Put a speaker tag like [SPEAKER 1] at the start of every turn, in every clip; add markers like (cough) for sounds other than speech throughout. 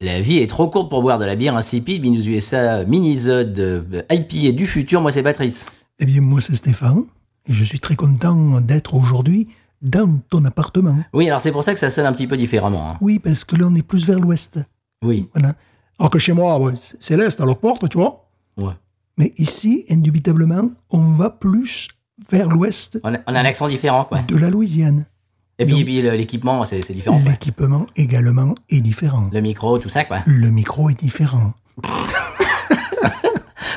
[SPEAKER 1] La vie est trop courte pour boire de la bière insipide. Minus USA, mini-zode, euh, IPA du futur. Moi, c'est Patrice.
[SPEAKER 2] Eh bien, moi, c'est Stéphane. Et je suis très content d'être aujourd'hui dans ton appartement.
[SPEAKER 1] Oui, alors c'est pour ça que ça sonne un petit peu différemment. hein.
[SPEAKER 2] Oui, parce que là, on est plus vers l'ouest.
[SPEAKER 1] Oui.
[SPEAKER 2] Voilà. Alors Ah, que chez moi, ouais, c'est l'est, alors porte, tu vois.
[SPEAKER 1] Ouais.
[SPEAKER 2] Mais ici, indubitablement, on va plus vers l'ouest
[SPEAKER 1] On, a, on a un accent différent, quoi.
[SPEAKER 2] de la Louisiane.
[SPEAKER 1] Et puis, et puis, le- l'équipement, c'est c'est différent. quoi.
[SPEAKER 2] L'équipement également est différent.
[SPEAKER 1] Le micro, tout ça, quoi.
[SPEAKER 2] Le micro est différent.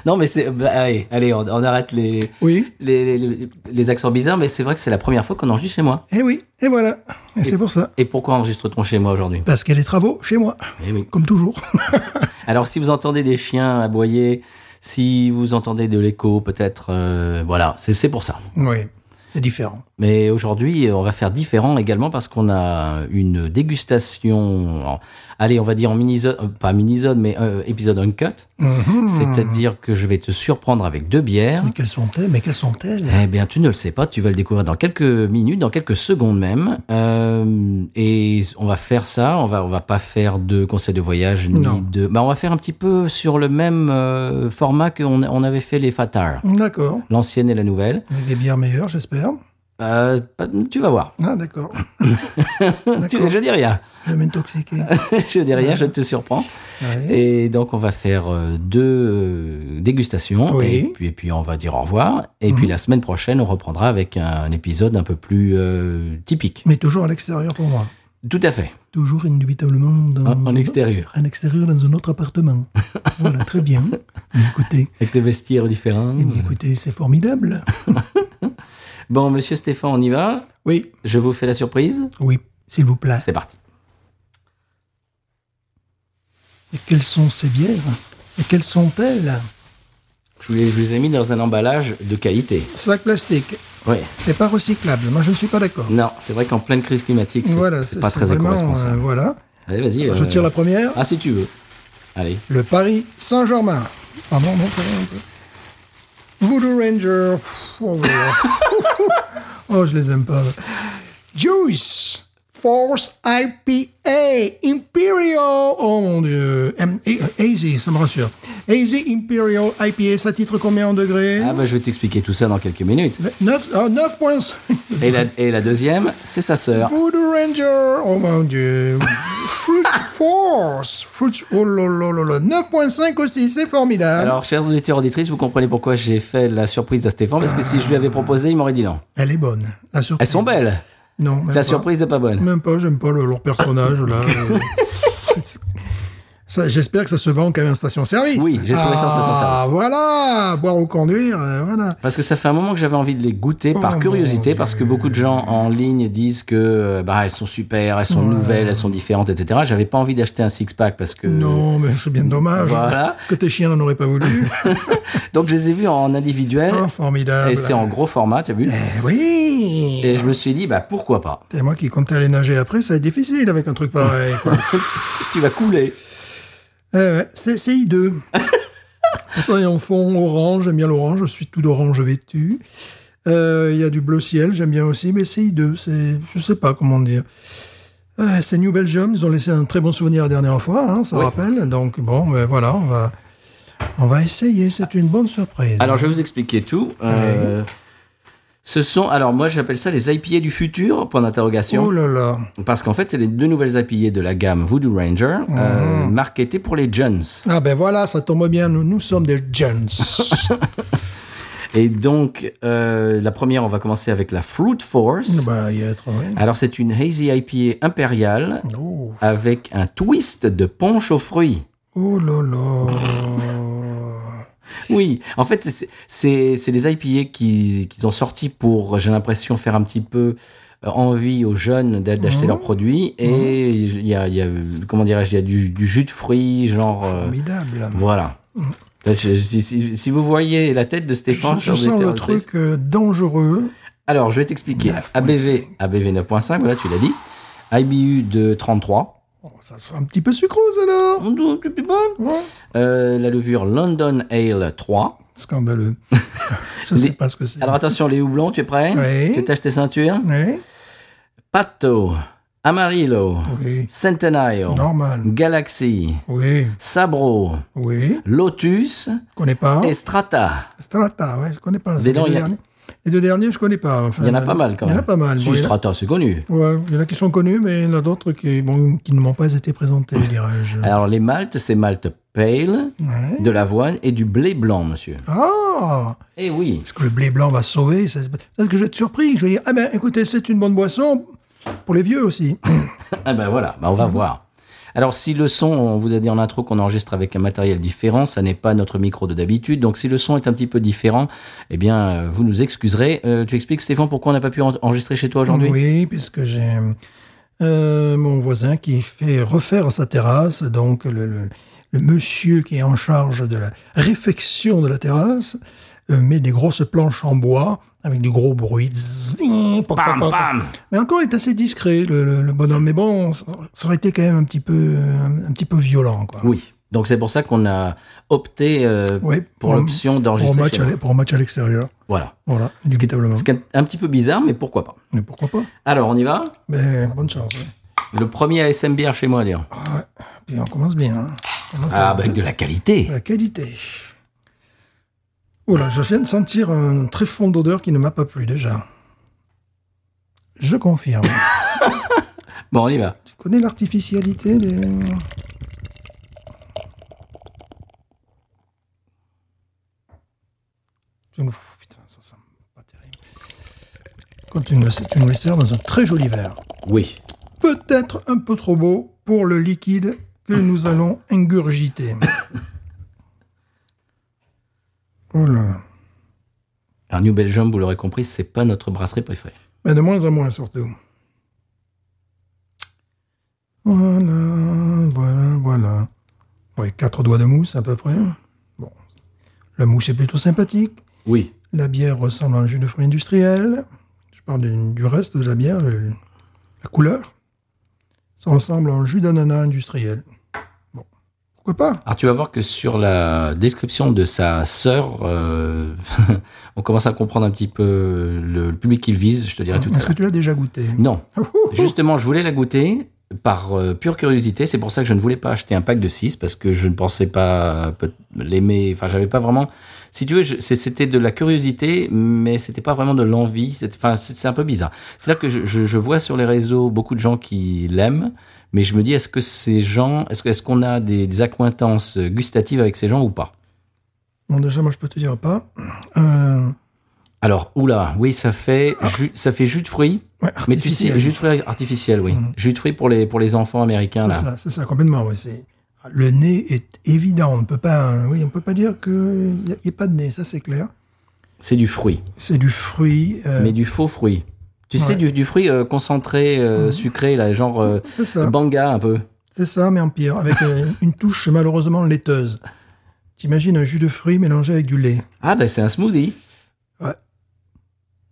[SPEAKER 1] Non, mais c'est. bah, allez, allez, on, on arrête les,
[SPEAKER 2] Oui.
[SPEAKER 1] les, les- les accents bizarres, mais c'est vrai que c'est la première fois qu'on enregistre chez moi.
[SPEAKER 2] Eh oui, et voilà. Et c'est pour ça.
[SPEAKER 1] Et pourquoi enregistre-t-on chez moi aujourd'hui
[SPEAKER 2] Parce qu'il y a des travaux chez moi,
[SPEAKER 1] Eh oui.
[SPEAKER 2] comme toujours.
[SPEAKER 1] Alors, si vous entendez des chiens aboyer, si vous entendez de l'écho, peut-être. euh, voilà, c'est c'est pour ça.
[SPEAKER 2] oui, c'est différent.
[SPEAKER 1] Mais aujourd'hui, on va faire différent également parce qu'on a une dégustation. en- allez, on va dire en mini-zone, euh, pas mini-zone, mais euh, épisode uncut.
[SPEAKER 2] Mhm.
[SPEAKER 1] C'est-à-dire que je vais te surprendre avec deux bières.
[SPEAKER 2] Mais quelles sont-elles Mais quelles sont-elles
[SPEAKER 1] Eh bien, tu ne le sais pas, tu vas le découvrir dans quelques minutes, dans quelques secondes même. Euh, et on va faire ça, on va, on va pas faire de conseil de voyage ni
[SPEAKER 2] Non.
[SPEAKER 1] de. Bah, on va faire un petit peu sur le même euh, format qu'on on avait fait les Fatars,
[SPEAKER 2] D'accord.
[SPEAKER 1] l'ancienne et la nouvelle.
[SPEAKER 2] Avec Des bières meilleures, j'espère.
[SPEAKER 1] Euh, pas- tu vas voir. (laughs)
[SPEAKER 2] Ah, d'accord.
[SPEAKER 1] Tu-
[SPEAKER 2] d'accord.
[SPEAKER 1] je dis rien.
[SPEAKER 2] Je
[SPEAKER 1] (laughs)
[SPEAKER 2] vais m'intoxiquer.
[SPEAKER 1] je dis rien, je te surprends.
[SPEAKER 2] Ouais.
[SPEAKER 1] Et donc, on va faire euh, deux euh, dégustations.
[SPEAKER 2] Oui. Mhm.
[SPEAKER 1] Et, puis, et puis, on va dire au revoir. Et puis, la semaine prochaine, on reprendra avec un épisode un peu plus euh, typique.
[SPEAKER 2] Mais toujours à l'extérieur pour moi.
[SPEAKER 1] Tout à fait.
[SPEAKER 2] Toujours indubitablement dans
[SPEAKER 1] Ah, En, en extérieur.
[SPEAKER 2] un extérieur dans un
[SPEAKER 1] (laughs)
[SPEAKER 2] autre appartement. voilà, très bien. Mais écoutez,
[SPEAKER 1] Avec des vestiaires différents.
[SPEAKER 2] eh bien, écoutez, c'est formidable.
[SPEAKER 1] Bon, monsieur Stéphane, on y va.
[SPEAKER 2] Oui,
[SPEAKER 1] Je vous fais la surprise.
[SPEAKER 2] oui, s'il vous plaît.
[SPEAKER 1] C'est parti.
[SPEAKER 2] Et quelles sont ces bières Et quelles sont-elles
[SPEAKER 1] Je vous, les, je vous les ai mis dans un emballage de qualité.
[SPEAKER 2] Sac plastique,
[SPEAKER 1] Ouais.
[SPEAKER 2] c'est pas recyclable. Moi, je ne suis pas d'accord.
[SPEAKER 1] Non, c'est vrai qu'en pleine crise climatique, c'est
[SPEAKER 2] Voilà,
[SPEAKER 1] c'est pas très
[SPEAKER 2] vraiment,
[SPEAKER 1] éco-responsable.
[SPEAKER 2] euh, voilà.
[SPEAKER 1] Allez, vas-y.
[SPEAKER 2] Je
[SPEAKER 1] euh,
[SPEAKER 2] tire la première.
[SPEAKER 1] Ah, si tu veux. Allez.
[SPEAKER 2] Le Paris Saint-Germain. Ah bon, non, pardon, un peu. Voodoo Ranger. Pff, Oh, voilà. Oh, je les aime pas. Juice. Force IPA. Imperial. Oh mon dieu. M- A- Hazy, ça me rassure. Hazy Imperial IPA, ça titre combien en degrés
[SPEAKER 1] Ah, bah, je vais t'expliquer tout ça dans quelques minutes.
[SPEAKER 2] 9, ah, 9.5.
[SPEAKER 1] Et la, et la deuxième, c'est sa sœur.
[SPEAKER 2] Voodoo Ranger. Oh mon dieu. Fruit Force. Fruit. Oh là là là là. 9.5 aussi, c'est formidable.
[SPEAKER 1] Alors, chers auditeurs auditrices, vous comprenez pourquoi j'ai fait la surprise à Stéphane, parce que si je lui avais proposé, il m'aurait dit non.
[SPEAKER 2] Elle est bonne. La surprise.
[SPEAKER 1] Elles sont belles.
[SPEAKER 2] Non, même
[SPEAKER 1] La
[SPEAKER 2] pas.
[SPEAKER 1] surprise n'est pas bonne.
[SPEAKER 2] Même pas, j'aime pas le- leur
[SPEAKER 1] (laughs)
[SPEAKER 2] personnage, là. Euh, c'est- ça, J'espère que ça se vend quand même en station-service.
[SPEAKER 1] Oui, j'ai trouvé ça en station-service.
[SPEAKER 2] Ah, voilà Boire ou conduire, euh, voilà.
[SPEAKER 1] Parce que ça fait un moment que j'avais envie de les goûter par
[SPEAKER 2] Oh,
[SPEAKER 1] curiosité,
[SPEAKER 2] mon
[SPEAKER 1] parce que beaucoup de gens en ligne disent que euh, bah, elles sont super, elles sont nouvelles, elles sont différentes, etc. J'avais pas envie d'acheter un six-pack parce que.
[SPEAKER 2] Non, mais c'est bien dommage.
[SPEAKER 1] Voilà.
[SPEAKER 2] Parce que tes chiens n'en auraient
[SPEAKER 1] (laughs)
[SPEAKER 2] pas voulu.
[SPEAKER 1] Donc, je les ai vus en individuel
[SPEAKER 2] Ah, formidable.
[SPEAKER 1] et c'est en gros format, tu as vu.
[SPEAKER 2] Eh oui
[SPEAKER 1] Et je me suis dit, bah pourquoi pas
[SPEAKER 2] Et moi qui compte aller nager après, ça va être difficile avec un truc pareil, quoi.
[SPEAKER 1] Tu vas couler.
[SPEAKER 2] Euh, ouais, c'est c'est hideux. Pourtant, il y a un fond orange, j'aime bien l'orange, je suis tout d'orange vêtu. Euh, Il y a du bleu ciel, j'aime bien aussi, mais c'est hideux, c'est, je sais pas comment dire. Euh, c'est New Belgium, ils ont laissé un très bon souvenir la dernière fois, hein, ça rappelle. Donc bon, ben voilà, on va, on va essayer, c'est une bonne surprise.
[SPEAKER 1] Alors, je vais vous expliquer tout. Euh, Ce sont, alors moi j'appelle ça les IPA du futur, point d'interrogation.
[SPEAKER 2] Oh là là,
[SPEAKER 1] Parce qu'en fait, c'est les deux nouvelles IPA de la gamme Voodoo Ranger, euh, marketées pour les jeunes.
[SPEAKER 2] ah ben voilà, ça tombe bien, nous, nous sommes des gens.
[SPEAKER 1] Et donc, euh, la première, on va commencer avec la Fruit Force.
[SPEAKER 2] bah y être, oui.
[SPEAKER 1] Alors, c'est une Hazy IPA impériale
[SPEAKER 2] Oh.
[SPEAKER 1] avec un twist de punch aux fruits.
[SPEAKER 2] oh là là.
[SPEAKER 1] Oui, en fait, c'est- c'est c'est des IPA qui, qu'ils ont sorti pour, j'ai l'impression, faire un petit peu euh, envie aux jeunes d'a-
[SPEAKER 2] Mhm.
[SPEAKER 1] d'acheter leurs produits. Et il y a, il y a, euh, comment dirais-je, il y a du, du jus de fruits, genre... euh,
[SPEAKER 2] Formidable.
[SPEAKER 1] Voilà. Je- je- si- si, si vous voyez la tête de Stéphane,
[SPEAKER 2] Mhm. Je, je
[SPEAKER 1] chers
[SPEAKER 2] sens
[SPEAKER 1] auditeurs,
[SPEAKER 2] le
[SPEAKER 1] auditrices,
[SPEAKER 2] truc euh, dangereux.
[SPEAKER 1] Alors, je vais t'expliquer.
[SPEAKER 2] 9.5.
[SPEAKER 1] ABV, ABV 9.5, voilà, tu l'as dit. IBU de 33.
[SPEAKER 2] Oh, ça sera un petit peu sucrose alors.
[SPEAKER 1] Mmh.
[SPEAKER 2] Ouais.
[SPEAKER 1] Euh, la levure London Ale 3. (laughs)
[SPEAKER 2] Scandaleux. je sais
[SPEAKER 1] Les-
[SPEAKER 2] pas ce que c'est.
[SPEAKER 1] Alors attention, les houblons, tu es prêt
[SPEAKER 2] Oui.
[SPEAKER 1] Tu tâches tes ceintures
[SPEAKER 2] Ouais.
[SPEAKER 1] Pato, Amarillo,
[SPEAKER 2] Oui.
[SPEAKER 1] Centenario,
[SPEAKER 2] Norman.
[SPEAKER 1] Galaxy,
[SPEAKER 2] Oui.
[SPEAKER 1] Sabro,
[SPEAKER 2] Oui.
[SPEAKER 1] Lotus
[SPEAKER 2] Je connais pas.
[SPEAKER 1] et Strata.
[SPEAKER 2] Strata, ouais, je connais pas.
[SPEAKER 1] Dis
[SPEAKER 2] Les
[SPEAKER 1] donc,
[SPEAKER 2] deux,
[SPEAKER 1] il y a-
[SPEAKER 2] derniers. les deux derniers, je connais pas. Enfin,
[SPEAKER 1] Il y en a pas mal quand même.
[SPEAKER 2] Euh, Il y en a pas mal.
[SPEAKER 1] Si,
[SPEAKER 2] Bon, il y en a-
[SPEAKER 1] Strata, c'est connu.
[SPEAKER 2] Ouais, il y en a qui sont connus, mais il y en a d'autres qui, bon, qui ne m'ont pas été
[SPEAKER 1] (laughs)
[SPEAKER 2] présentés, dirais-je.
[SPEAKER 1] Alors les maltes, c'est malte pale,
[SPEAKER 2] Ouais.
[SPEAKER 1] de l'avoine et du blé blanc, monsieur.
[SPEAKER 2] Ah
[SPEAKER 1] Eh oui. (laughs)
[SPEAKER 2] Est-ce que le blé blanc va sauver C'est ce que je vais être surpris. Je vais dire, ah ben écoutez, c'est une bonne boisson pour les vieux aussi.
[SPEAKER 1] Ah ben voilà, ben on
[SPEAKER 2] Mm.
[SPEAKER 1] va voir. Alors si le son, on vous a dit en intro qu'on enregistre avec un matériel différent, ça n'est pas notre micro de d'habitude, donc si le son est un petit peu différent, eh bien euh, vous nous excuserez. Euh, tu expliques Stéphane pourquoi on n'a pas pu en- enregistrer chez toi (clears throat) aujourd'hui
[SPEAKER 2] Oui, puisque j'ai euh, mon voisin qui fait refaire sa terrasse, donc le, le- le monsieur qui est en charge de la réfection de la terrasse euh, met des grosses planches en bois avec du gros bruit. Zing, pop, pop,
[SPEAKER 1] Pam,
[SPEAKER 2] pop.
[SPEAKER 1] pam.
[SPEAKER 2] Mais encore, il est assez discret, le, le- le bonhomme. Mais bon, ça ça aurait été quand même un petit peu, euh, un petit peu violent, quoi.
[SPEAKER 1] Oui. Donc c'est pour ça qu'on a opté euh,
[SPEAKER 2] Oui,
[SPEAKER 1] pour
[SPEAKER 2] un-
[SPEAKER 1] l'option
[SPEAKER 2] Pour un,
[SPEAKER 1] d'enregistrer
[SPEAKER 2] match
[SPEAKER 1] chez
[SPEAKER 2] à
[SPEAKER 1] moi.
[SPEAKER 2] l'e- pour un match à l'extérieur.
[SPEAKER 1] Voilà.
[SPEAKER 2] Voilà, indiscutablement.
[SPEAKER 1] Ce qui est un petit peu bizarre, mais pourquoi pas.
[SPEAKER 2] Mais pourquoi pas
[SPEAKER 1] Alors on y va
[SPEAKER 2] Mais bonne chance. ouais.
[SPEAKER 1] Le premier ASMBR chez moi, d'ailleurs.
[SPEAKER 2] Ah ouais. Puis on commence bien. hein. On commence
[SPEAKER 1] Ah,
[SPEAKER 2] à-
[SPEAKER 1] bah, avec de la qualité.
[SPEAKER 2] La qualité. Oula, je viens de sentir un très fond d'odeur qui ne m'a pas plu déjà. Je confirme.
[SPEAKER 1] Bon, on y va.
[SPEAKER 2] tu connais l'artificialité des... Tu nous- Putain, ça sent pas terrible. Quand tu nous, tu nous les sers dans un très joli verre.
[SPEAKER 1] Oui.
[SPEAKER 2] Peut-être un peu trop beau pour le liquide que nous allons ingurgiter. Oh là là.
[SPEAKER 1] Alors, New Belgium, vous l'aurez compris, c'est pas notre brasserie préférée.
[SPEAKER 2] Mais de moins en moins, surtout. Voilà, voilà, voilà. Oui, quatre doigts de mousse à peu près. Bon, la mousse est plutôt sympathique.
[SPEAKER 1] Oui.
[SPEAKER 2] La bière ressemble à un jus de fruits industriel. Je parle du, du reste de la bière, le- la couleur. Ça ressemble à un jus d'ananas industriel. Bon, pourquoi pas
[SPEAKER 1] Alors, tu vas voir que sur la description de sa sœur, euh, (laughs) on commence à comprendre un petit peu le, le public qu'il vise, je te dirai tout à
[SPEAKER 2] Ah, Est-ce que
[SPEAKER 1] l'heure.
[SPEAKER 2] tu l'as déjà goûté Ah,
[SPEAKER 1] Non. Justement, je voulais la goûter par euh, pure curiosité. C'est pour ça que je ne voulais pas acheter un pack de 6 parce que je ne pensais pas euh, peut- l'aimer. Enfin, j'avais pas vraiment. Si tu veux, je- c'est- c'était de la curiosité, mais c'était pas vraiment de l'envie. C'était- Enfin, c'est c'est un peu bizarre. C'est là que je, je- je vois sur les réseaux beaucoup de gens qui l'aiment, mais je me dis est-ce que ces gens, est-ce que- est-ce qu'on a des, des accointances gustatives avec ces gens ou pas
[SPEAKER 2] Bon, déjà, moi, je peux te dire pas. Euh,
[SPEAKER 1] Alors, oula, oui, ça fait ju- ça fait jus de fruits.
[SPEAKER 2] ouais,
[SPEAKER 1] Mais tu sais,
[SPEAKER 2] artificiel.
[SPEAKER 1] jus de fruits artificiel, oui.
[SPEAKER 2] Mhm.
[SPEAKER 1] Jus de fruits pour les pour les enfants américains
[SPEAKER 2] C'est
[SPEAKER 1] là.
[SPEAKER 2] ça, c'est ça, complètement. oui, c'est- Le nez est évident. On ne peut pas, oui, on peut pas dire qu'il n'y a, y a pas de nez, ça c'est clair.
[SPEAKER 1] C'est du fruit,
[SPEAKER 2] C'est du fruit. euh,
[SPEAKER 1] mais du faux fruit. Tu sais,
[SPEAKER 2] ouais.
[SPEAKER 1] du, du fruit euh, concentré, euh,
[SPEAKER 2] Mhm.
[SPEAKER 1] sucré, là, genre euh,
[SPEAKER 2] c'est ça,
[SPEAKER 1] banga un peu.
[SPEAKER 2] c'est ça, mais en pire, avec euh, une touche malheureusement laiteuse. T'imagines un jus de fruits mélangé avec du lait.
[SPEAKER 1] Ah, ben c'est un smoothie.
[SPEAKER 2] Ouais.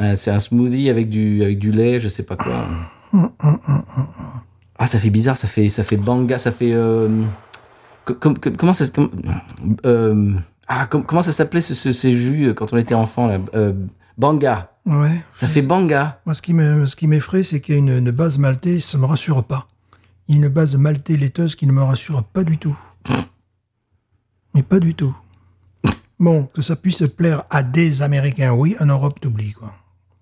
[SPEAKER 1] Euh, c'est un smoothie avec du, avec du lait, je sais pas quoi.
[SPEAKER 2] Hum, hum, hum.
[SPEAKER 1] Ah, ça fait bizarre, ça fait, ça fait banga, ça fait. euh, co- com- com- comment ça. se- com- euh, ah, com- comment ça s'appelait ce, ce- ces jus euh, quand on était enfant là Euh, Banga.
[SPEAKER 2] Ouais.
[SPEAKER 1] Ça fait banga.
[SPEAKER 2] Moi, ce qui me- ce qui m'effraie, c'est qu'il y a une, une base maltaise, ça me rassure pas. Il y a une base maltaise laiteuse qui ne me rassure pas du tout. Mais pas du tout. Bon, que ça puisse plaire à des Américains, oui, en Europe, t'oublies, quoi.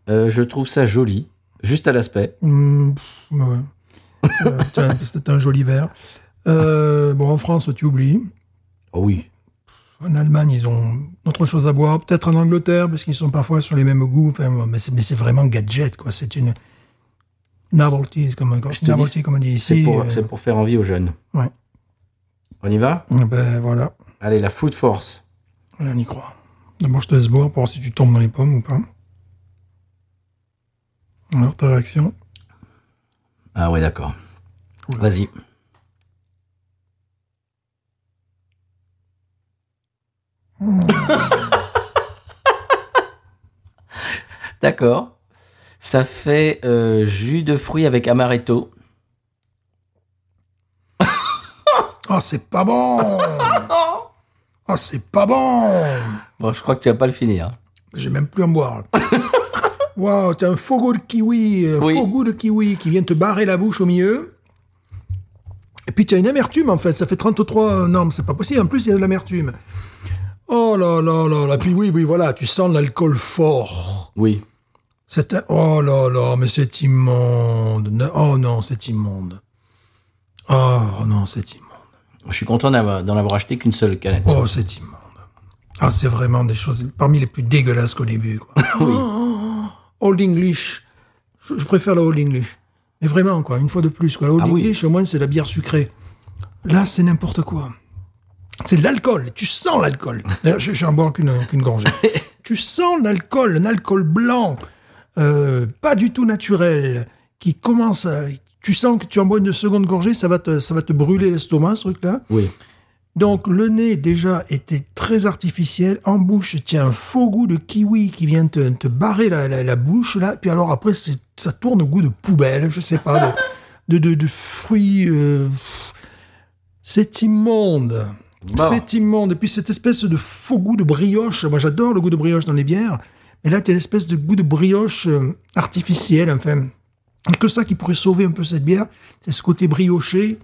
[SPEAKER 1] Euh, je trouve ça joli, juste à l'aspect.
[SPEAKER 2] Hum, pff, ouais. Euh, tiens, C'était un joli verre. Euh, bon, en France, tu oublies.
[SPEAKER 1] Oh oui.
[SPEAKER 2] En Allemagne, ils ont autre chose à boire. Peut-être en Angleterre, parce qu'ils sont parfois sur les mêmes goûts. Enfin, bon, mais c'est mais c'est vraiment gadget, quoi. C'est une novelty, comme, on-
[SPEAKER 1] te dis,
[SPEAKER 2] novelty, comme on dit
[SPEAKER 1] C'est
[SPEAKER 2] ici.
[SPEAKER 1] pour,
[SPEAKER 2] Euh,
[SPEAKER 1] c'est pour faire envie aux jeunes.
[SPEAKER 2] Ouais.
[SPEAKER 1] On y va
[SPEAKER 2] ben voilà,
[SPEAKER 1] Allez, la Food Force.
[SPEAKER 2] Voilà, on y croit. D'abord, je te laisse boire pour voir si tu tombes dans les pommes ou pas. Alors, ta réaction
[SPEAKER 1] Ah ouais, d'accord. (laughs)
[SPEAKER 2] Oula.
[SPEAKER 1] Vas-y. d'accord. Ça fait euh, jus de fruits avec amaretto.
[SPEAKER 2] Oh, c'est pas bon Oh, c'est pas bon
[SPEAKER 1] Bon, je crois que tu vas pas le finir. hein.
[SPEAKER 2] J'ai même plus à me boire. Waouh, t'as un faux goût de kiwi, un
[SPEAKER 1] Oui.
[SPEAKER 2] faux goût de kiwi qui vient te barrer la bouche au milieu. Et puis t'as une amertume en fait, ça fait 33 non, mais c'est pas possible. En plus, il y a de l'amertume. Oh là là là là, puis oui, oui, voilà, tu sens l'alcool fort.
[SPEAKER 1] Oui.
[SPEAKER 2] C'est un- oh là là, mais c'est immonde. Ne- Oh non, c'est immonde. Oh non, c'est immonde.
[SPEAKER 1] Je suis content d'avoir- d'en avoir acheté qu'une seule canette.
[SPEAKER 2] Oh, c'est immonde. Ah, c'est vraiment des choses parmi les plus dégueulasses qu'on ait vues.
[SPEAKER 1] (laughs)
[SPEAKER 2] Quoi. Oh, Old English. Je, je préfère la Old English. Mais vraiment, quoi, une fois de plus. Quoi. La Old
[SPEAKER 1] Ah oui.
[SPEAKER 2] English, au moins, c'est la bière sucrée. Là, c'est n'importe quoi. C'est de l'alcool. Tu
[SPEAKER 1] (laughs)
[SPEAKER 2] sens l'alcool. D'ailleurs, Je, je n'en bois qu'une qu'une gorgée. tu sens l'alcool, un alcool blanc, euh, pas du tout naturel, qui commence à... Tu sens que tu en bois une seconde gorgée, ça va te, ça va te brûler l'estomac, ce truc-là.
[SPEAKER 1] Oui.
[SPEAKER 2] Donc le nez déjà était très artificiel, en bouche tiens un faux goût de kiwi qui vient te, te barrer la, la- la bouche là, puis alors après c'est- ça tourne au goût de poubelle, je sais pas,
[SPEAKER 1] (laughs)
[SPEAKER 2] de, de, de, de fruits... euh, pff. c'est immonde.
[SPEAKER 1] Bon.
[SPEAKER 2] C'est immonde. Et puis cette espèce de faux goût de brioche, moi j'adore le goût de brioche dans les bières, mais là t'as l'espèce de goût de brioche euh, artificiel, enfin. Que ça qui pourrait sauver un peu cette bière, c'est ce côté brioché,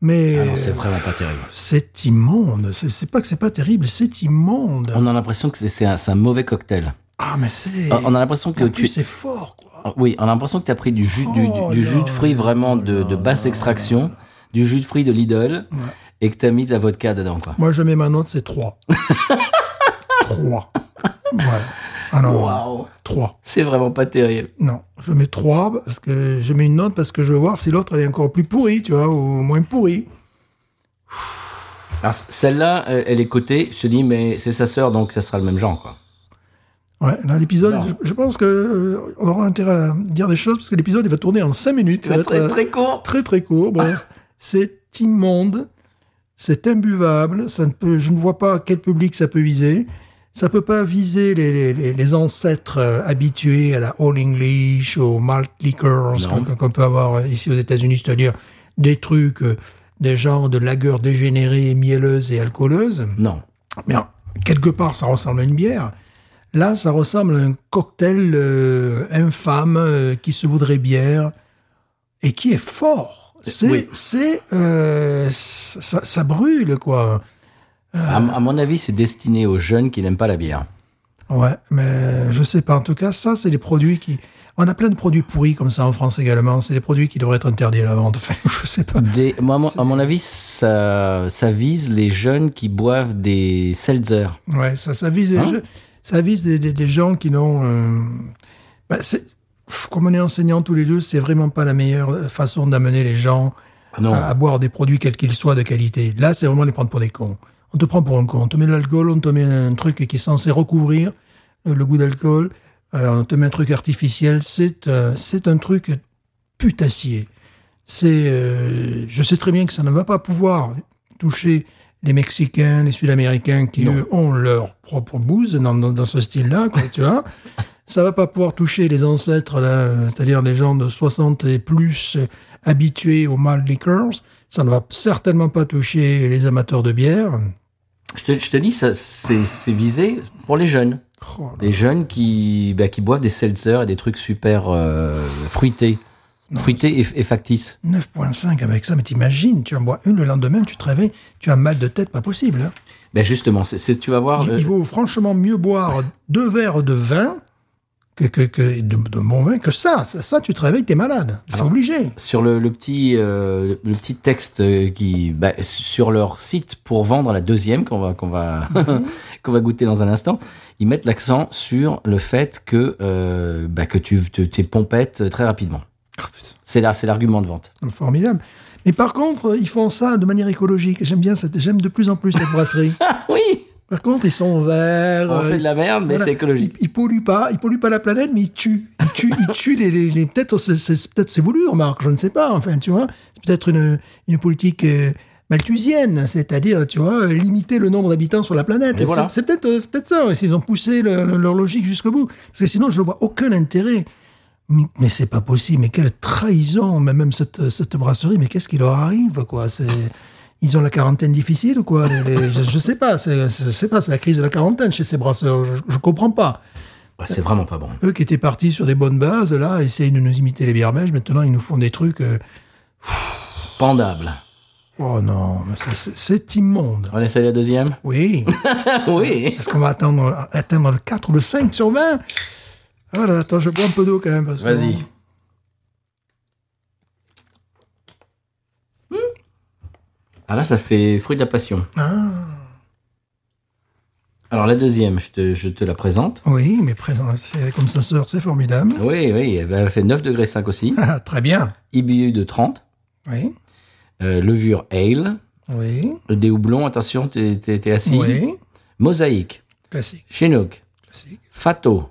[SPEAKER 2] mais...
[SPEAKER 1] Ah non, c'est vraiment pas terrible.
[SPEAKER 2] C'est immonde. C'est- C'est pas que c'est pas terrible, c'est immonde.
[SPEAKER 1] On a l'impression que c'est- c'est un, c'est un mauvais cocktail.
[SPEAKER 2] Ah, mais c'est.
[SPEAKER 1] On on a l'impression que
[SPEAKER 2] En plus,
[SPEAKER 1] tu.
[SPEAKER 2] c'est fort, quoi.
[SPEAKER 1] Ah, Oui, on a l'impression que tu as pris du jus, du, du-
[SPEAKER 2] Oh
[SPEAKER 1] du jus
[SPEAKER 2] là
[SPEAKER 1] de fruits vraiment de, de basse extraction, du jus de fruits de Lidl, et que tu as mis de la vodka dedans, quoi.
[SPEAKER 2] Moi, je mets ma note,
[SPEAKER 1] (laughs)
[SPEAKER 2] c'est 3. 3. Voilà. Ah non.
[SPEAKER 1] Waouh!
[SPEAKER 2] 3.
[SPEAKER 1] C'est vraiment pas terrible.
[SPEAKER 2] Non, je mets 3 parce que je mets une note parce que je veux voir si l'autre elle est encore plus pourrie, tu vois, ou moins pourrie.
[SPEAKER 1] Alors, c- celle-là, euh, elle est cotée. Je te dis, mais c'est sa sœur, donc ça sera le même genre, quoi.
[SPEAKER 2] Ouais, là, l'épisode,
[SPEAKER 1] Non.
[SPEAKER 2] je, je pense que euh, on aura intérêt à dire des choses parce que l'épisode, il va tourner en 5 minutes. Ça va
[SPEAKER 1] Très,
[SPEAKER 2] être, euh,
[SPEAKER 1] très, court.
[SPEAKER 2] très très court. Bon, c'est immonde, c'est imbuvable. Ça ne peut, je ne vois pas quel public ça peut viser. Ça peut pas viser les, les- les- les ancêtres euh, habitués à la All English, aux malt liquors
[SPEAKER 1] Non.
[SPEAKER 2] qu'on qu'on peut avoir euh, ici aux États-Unis, c'est-à-dire des trucs, euh, des genres de lagueurs dégénérées, mielleuses et alcooleuses.
[SPEAKER 1] Non.
[SPEAKER 2] Mais alors, quelque part, ça ressemble à une bière. Là, ça ressemble à un cocktail euh, infâme euh, qui se voudrait bière et qui est fort. C'est,
[SPEAKER 1] Oui.
[SPEAKER 2] c'est, euh, ça, ça brûle quoi.
[SPEAKER 1] À, m- à mon avis, c'est destiné aux jeunes qui n'aiment pas la bière.
[SPEAKER 2] Ouais, mais je sais pas. En tout cas, ça, c'est des produits qui. On a plein de produits pourris comme ça en France également. C'est des produits qui devraient être interdits à la vente. Enfin, (laughs) je sais pas.
[SPEAKER 1] Des- moi, à mon- à mon avis, ça, ça vise les jeunes qui boivent des seltzer.
[SPEAKER 2] Ouais, ça, ça vise, les
[SPEAKER 1] Hein
[SPEAKER 2] jeux- ça vise des, des- des gens qui n'ont. euh, bah, c'est- pff, comme on est enseignants tous les deux, c'est vraiment pas la meilleure euh, façon d'amener les gens
[SPEAKER 1] Non.
[SPEAKER 2] à, à boire des produits quels qu'ils soient de qualité. Là, c'est vraiment les prendre pour des cons. On te prend pour un con. On te met de l'alcool, on te met un truc qui est censé recouvrir euh, le goût d'alcool. euh, on te met un truc artificiel. C'est euh, c'est un truc putassier. C'est, euh, je sais très bien que ça ne va pas pouvoir toucher les Mexicains, les Sud-Américains qui
[SPEAKER 1] Non.
[SPEAKER 2] eux, ont leur propre bouse dans, dans- dans ce style-là, quoi,
[SPEAKER 1] (laughs)
[SPEAKER 2] tu vois. Ça va pas pouvoir toucher les ancêtres, là, euh, c'est-à-dire les gens de 60 et plus euh, habitués aux malt liquors. Ça ne va certainement pas toucher les amateurs de bière.
[SPEAKER 1] Je te, je te dis, ça, c'est c'est visé pour les jeunes.
[SPEAKER 2] Oh là.
[SPEAKER 1] Les jeunes qui, bah, qui boivent des seltzer et des trucs super euh, fruités. fruités et, et factices.
[SPEAKER 2] 9.5 avec ça, mais t'imagines, tu en bois une le lendemain, tu te réveilles, tu as un mal de tête, pas possible. hein.
[SPEAKER 1] Ben justement, c'est c'est- tu vas voir.
[SPEAKER 2] Il- Il
[SPEAKER 1] euh,
[SPEAKER 2] vaut franchement mieux boire deux verres de vin que, que, que de, de bon vin que ça. ça. ça, tu te réveilles, t'es malade. C'est
[SPEAKER 1] Alors-
[SPEAKER 2] obligé.
[SPEAKER 1] sur le, le petit, euh, le petit texte euh, qui bah, sur leur site pour vendre la deuxième qu'on va qu'on va
[SPEAKER 2] Mhm.
[SPEAKER 1] (laughs) qu'on va goûter dans un instant, ils mettent l'accent sur le fait que euh, bah, que tu te- t'es pompette très rapidement.
[SPEAKER 2] Ah,
[SPEAKER 1] C'est là, c'est l'argument de vente.
[SPEAKER 2] Formidable. Mais par contre, ils font ça de manière écologique. J'aime bien cette, j'aime de plus en plus cette
[SPEAKER 1] (laughs)
[SPEAKER 2] brasserie.
[SPEAKER 1] oui,
[SPEAKER 2] Par contre, ils sont verts.
[SPEAKER 1] on
[SPEAKER 2] euh,
[SPEAKER 1] fait de la merde, mais
[SPEAKER 2] Ah voilà.
[SPEAKER 1] c'est écologique.
[SPEAKER 2] Ils, ils polluent pas, ils polluent pas la planète, mais ils tuent. Ils tuent,
[SPEAKER 1] (laughs)
[SPEAKER 2] ils tuent les, les- les- peut-être c'est, c'est- peut-être c'est voulu, remarque, je ne sais pas. Enfin, tu vois, c'est peut-être une, une politique euh, malthusienne, c'est-à-dire, tu vois, limiter le nombre d'habitants sur la planète.
[SPEAKER 1] Et voilà.
[SPEAKER 2] C'est, c'est peut-être, euh, c'est peut-être ça. Ils ont poussé le- le- leur logique jusqu'au bout, parce que sinon, je ne vois aucun intérêt. Mais, mais c'est pas possible. Mais quelle trahison, mais même cette, cette brasserie. Mais qu'est-ce qui leur arrive, quoi C'est ils ont la quarantaine difficile ou quoi les- les- je, je sais pas. c'est- c'est- Je sais pas. C'est la crise de la quarantaine chez ces brasseurs. Je, je comprends pas.
[SPEAKER 1] Ouais, c'est vraiment pas bon.
[SPEAKER 2] Eux qui étaient partis sur des bonnes bases, là, essayaient de nous imiter les bières belges. Maintenant, ils nous font des trucs. euh,
[SPEAKER 1] Pendable.
[SPEAKER 2] Oh non, mais ça, c'est- c'est immonde.
[SPEAKER 1] On essaie la
[SPEAKER 2] (laughs)
[SPEAKER 1] deuxième
[SPEAKER 2] Oui.
[SPEAKER 1] Oui.
[SPEAKER 2] Est-ce qu'on va atteindre, atteindre le 4 ou le 5 sur 20 Ah là, là, attends, je bois un peu d'eau quand même. parce que-
[SPEAKER 1] Vas-y. Ah là, ça fait fruit de la passion.
[SPEAKER 2] Ah,
[SPEAKER 1] Alors la deuxième, je te, je te la présente.
[SPEAKER 2] oui, mais présent, c'est comme sa sœur, c'est formidable. (laughs)
[SPEAKER 1] Oui, oui, eh ben, elle fait 9 degrés 5 aussi.
[SPEAKER 2] Ah, très bien.
[SPEAKER 1] IBU de 30.
[SPEAKER 2] Oui.
[SPEAKER 1] euh, levure ale.
[SPEAKER 2] Oui.
[SPEAKER 1] Des houblons, attention, t'es t'es- t'es assis.
[SPEAKER 2] Oui.
[SPEAKER 1] Mosaïque.
[SPEAKER 2] Classique.
[SPEAKER 1] Chinook.
[SPEAKER 2] Classique.
[SPEAKER 1] Fato.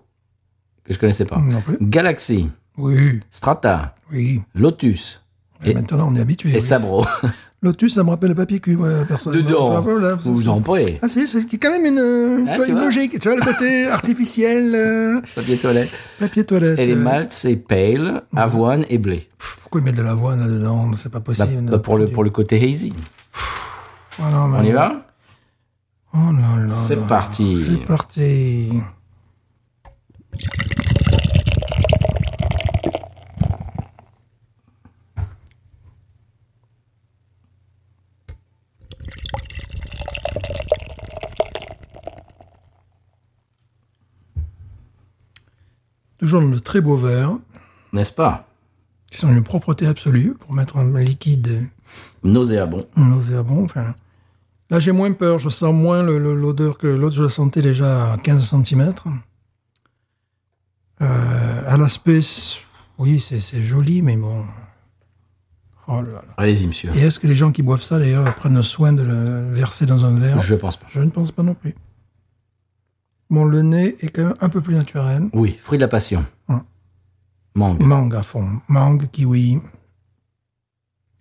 [SPEAKER 1] Que je connaissais pas.
[SPEAKER 2] Non plus.
[SPEAKER 1] Galaxy.
[SPEAKER 2] Oui.
[SPEAKER 1] Strata.
[SPEAKER 2] Oui.
[SPEAKER 1] Lotus.
[SPEAKER 2] Et
[SPEAKER 1] Et-
[SPEAKER 2] maintenant, on est habitué.
[SPEAKER 1] Et
[SPEAKER 2] oui.
[SPEAKER 1] Sabro.
[SPEAKER 2] Lotus, ça me rappelle le papier cul, moi, personnellement.
[SPEAKER 1] (laughs) Dedans.
[SPEAKER 2] Enfin, voilà, c'est-
[SPEAKER 1] Vous vous en priez.
[SPEAKER 2] Ah si, c'est quand même une, euh,
[SPEAKER 1] Ah,
[SPEAKER 2] tu vois,
[SPEAKER 1] tu
[SPEAKER 2] une
[SPEAKER 1] vois.
[SPEAKER 2] logique. Tu vois
[SPEAKER 1] (laughs)
[SPEAKER 2] le côté artificiel, euh,
[SPEAKER 1] Papier toilette.
[SPEAKER 2] papier toilette.
[SPEAKER 1] Et les
[SPEAKER 2] euh,
[SPEAKER 1] maltes, c'est pale, avoine et blé.
[SPEAKER 2] pff, Pourquoi ils mettent de l'avoine là-dedans C'est pas
[SPEAKER 1] Bah,
[SPEAKER 2] possible.
[SPEAKER 1] bah, pour, le, pour le côté hazy.
[SPEAKER 2] Oh, non, mais-
[SPEAKER 1] On y va
[SPEAKER 2] Oh là là.
[SPEAKER 1] C'est
[SPEAKER 2] là.
[SPEAKER 1] parti.
[SPEAKER 2] C'est parti. Toujours dans de très beaux verres,
[SPEAKER 1] N'est-ce pas
[SPEAKER 2] qui sont une propreté absolue pour mettre un liquide
[SPEAKER 1] Nauséabond.
[SPEAKER 2] nauséabond. Enfin, là, j'ai moins peur. Je sens moins le- le- l'odeur que l'autre. Je la sentais déjà à 15 cm. Euh, à l'aspect, c- oui, c'est c'est joli, mais bon. Oh là là.
[SPEAKER 1] Allez-y, monsieur.
[SPEAKER 2] Et est-ce que les gens qui boivent ça, d'ailleurs, prennent soin de le verser dans un verre
[SPEAKER 1] Je pense pas.
[SPEAKER 2] Je ne pense pas non plus. Bon, le nez est quand même un peu plus naturel.
[SPEAKER 1] Oui, fruit de la passion.
[SPEAKER 2] Hum.
[SPEAKER 1] Mangue.
[SPEAKER 2] Mangue à fond. Mangue, kiwi.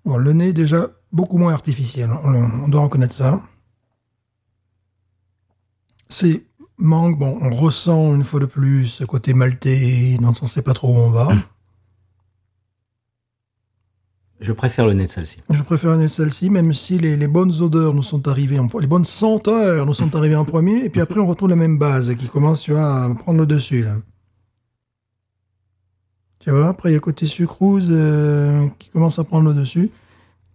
[SPEAKER 2] Bon, le nez est déjà beaucoup moins artificiel. On, on doit reconnaître ça. C'est mangue. Bon, on ressent une fois de plus ce côté maltais dont on ne sait pas trop où on va.
[SPEAKER 1] Je préfère le nez de celle-ci.
[SPEAKER 2] Je préfère une celle-ci, même si les, les bonnes odeurs nous sont arrivées en pre- les bonnes senteurs nous sont arrivées en premier, et puis après on retrouve la même base qui commence tu vois, à prendre le dessus. Là. Tu vois, après il y a le côté sucrose euh, qui commence à prendre le dessus.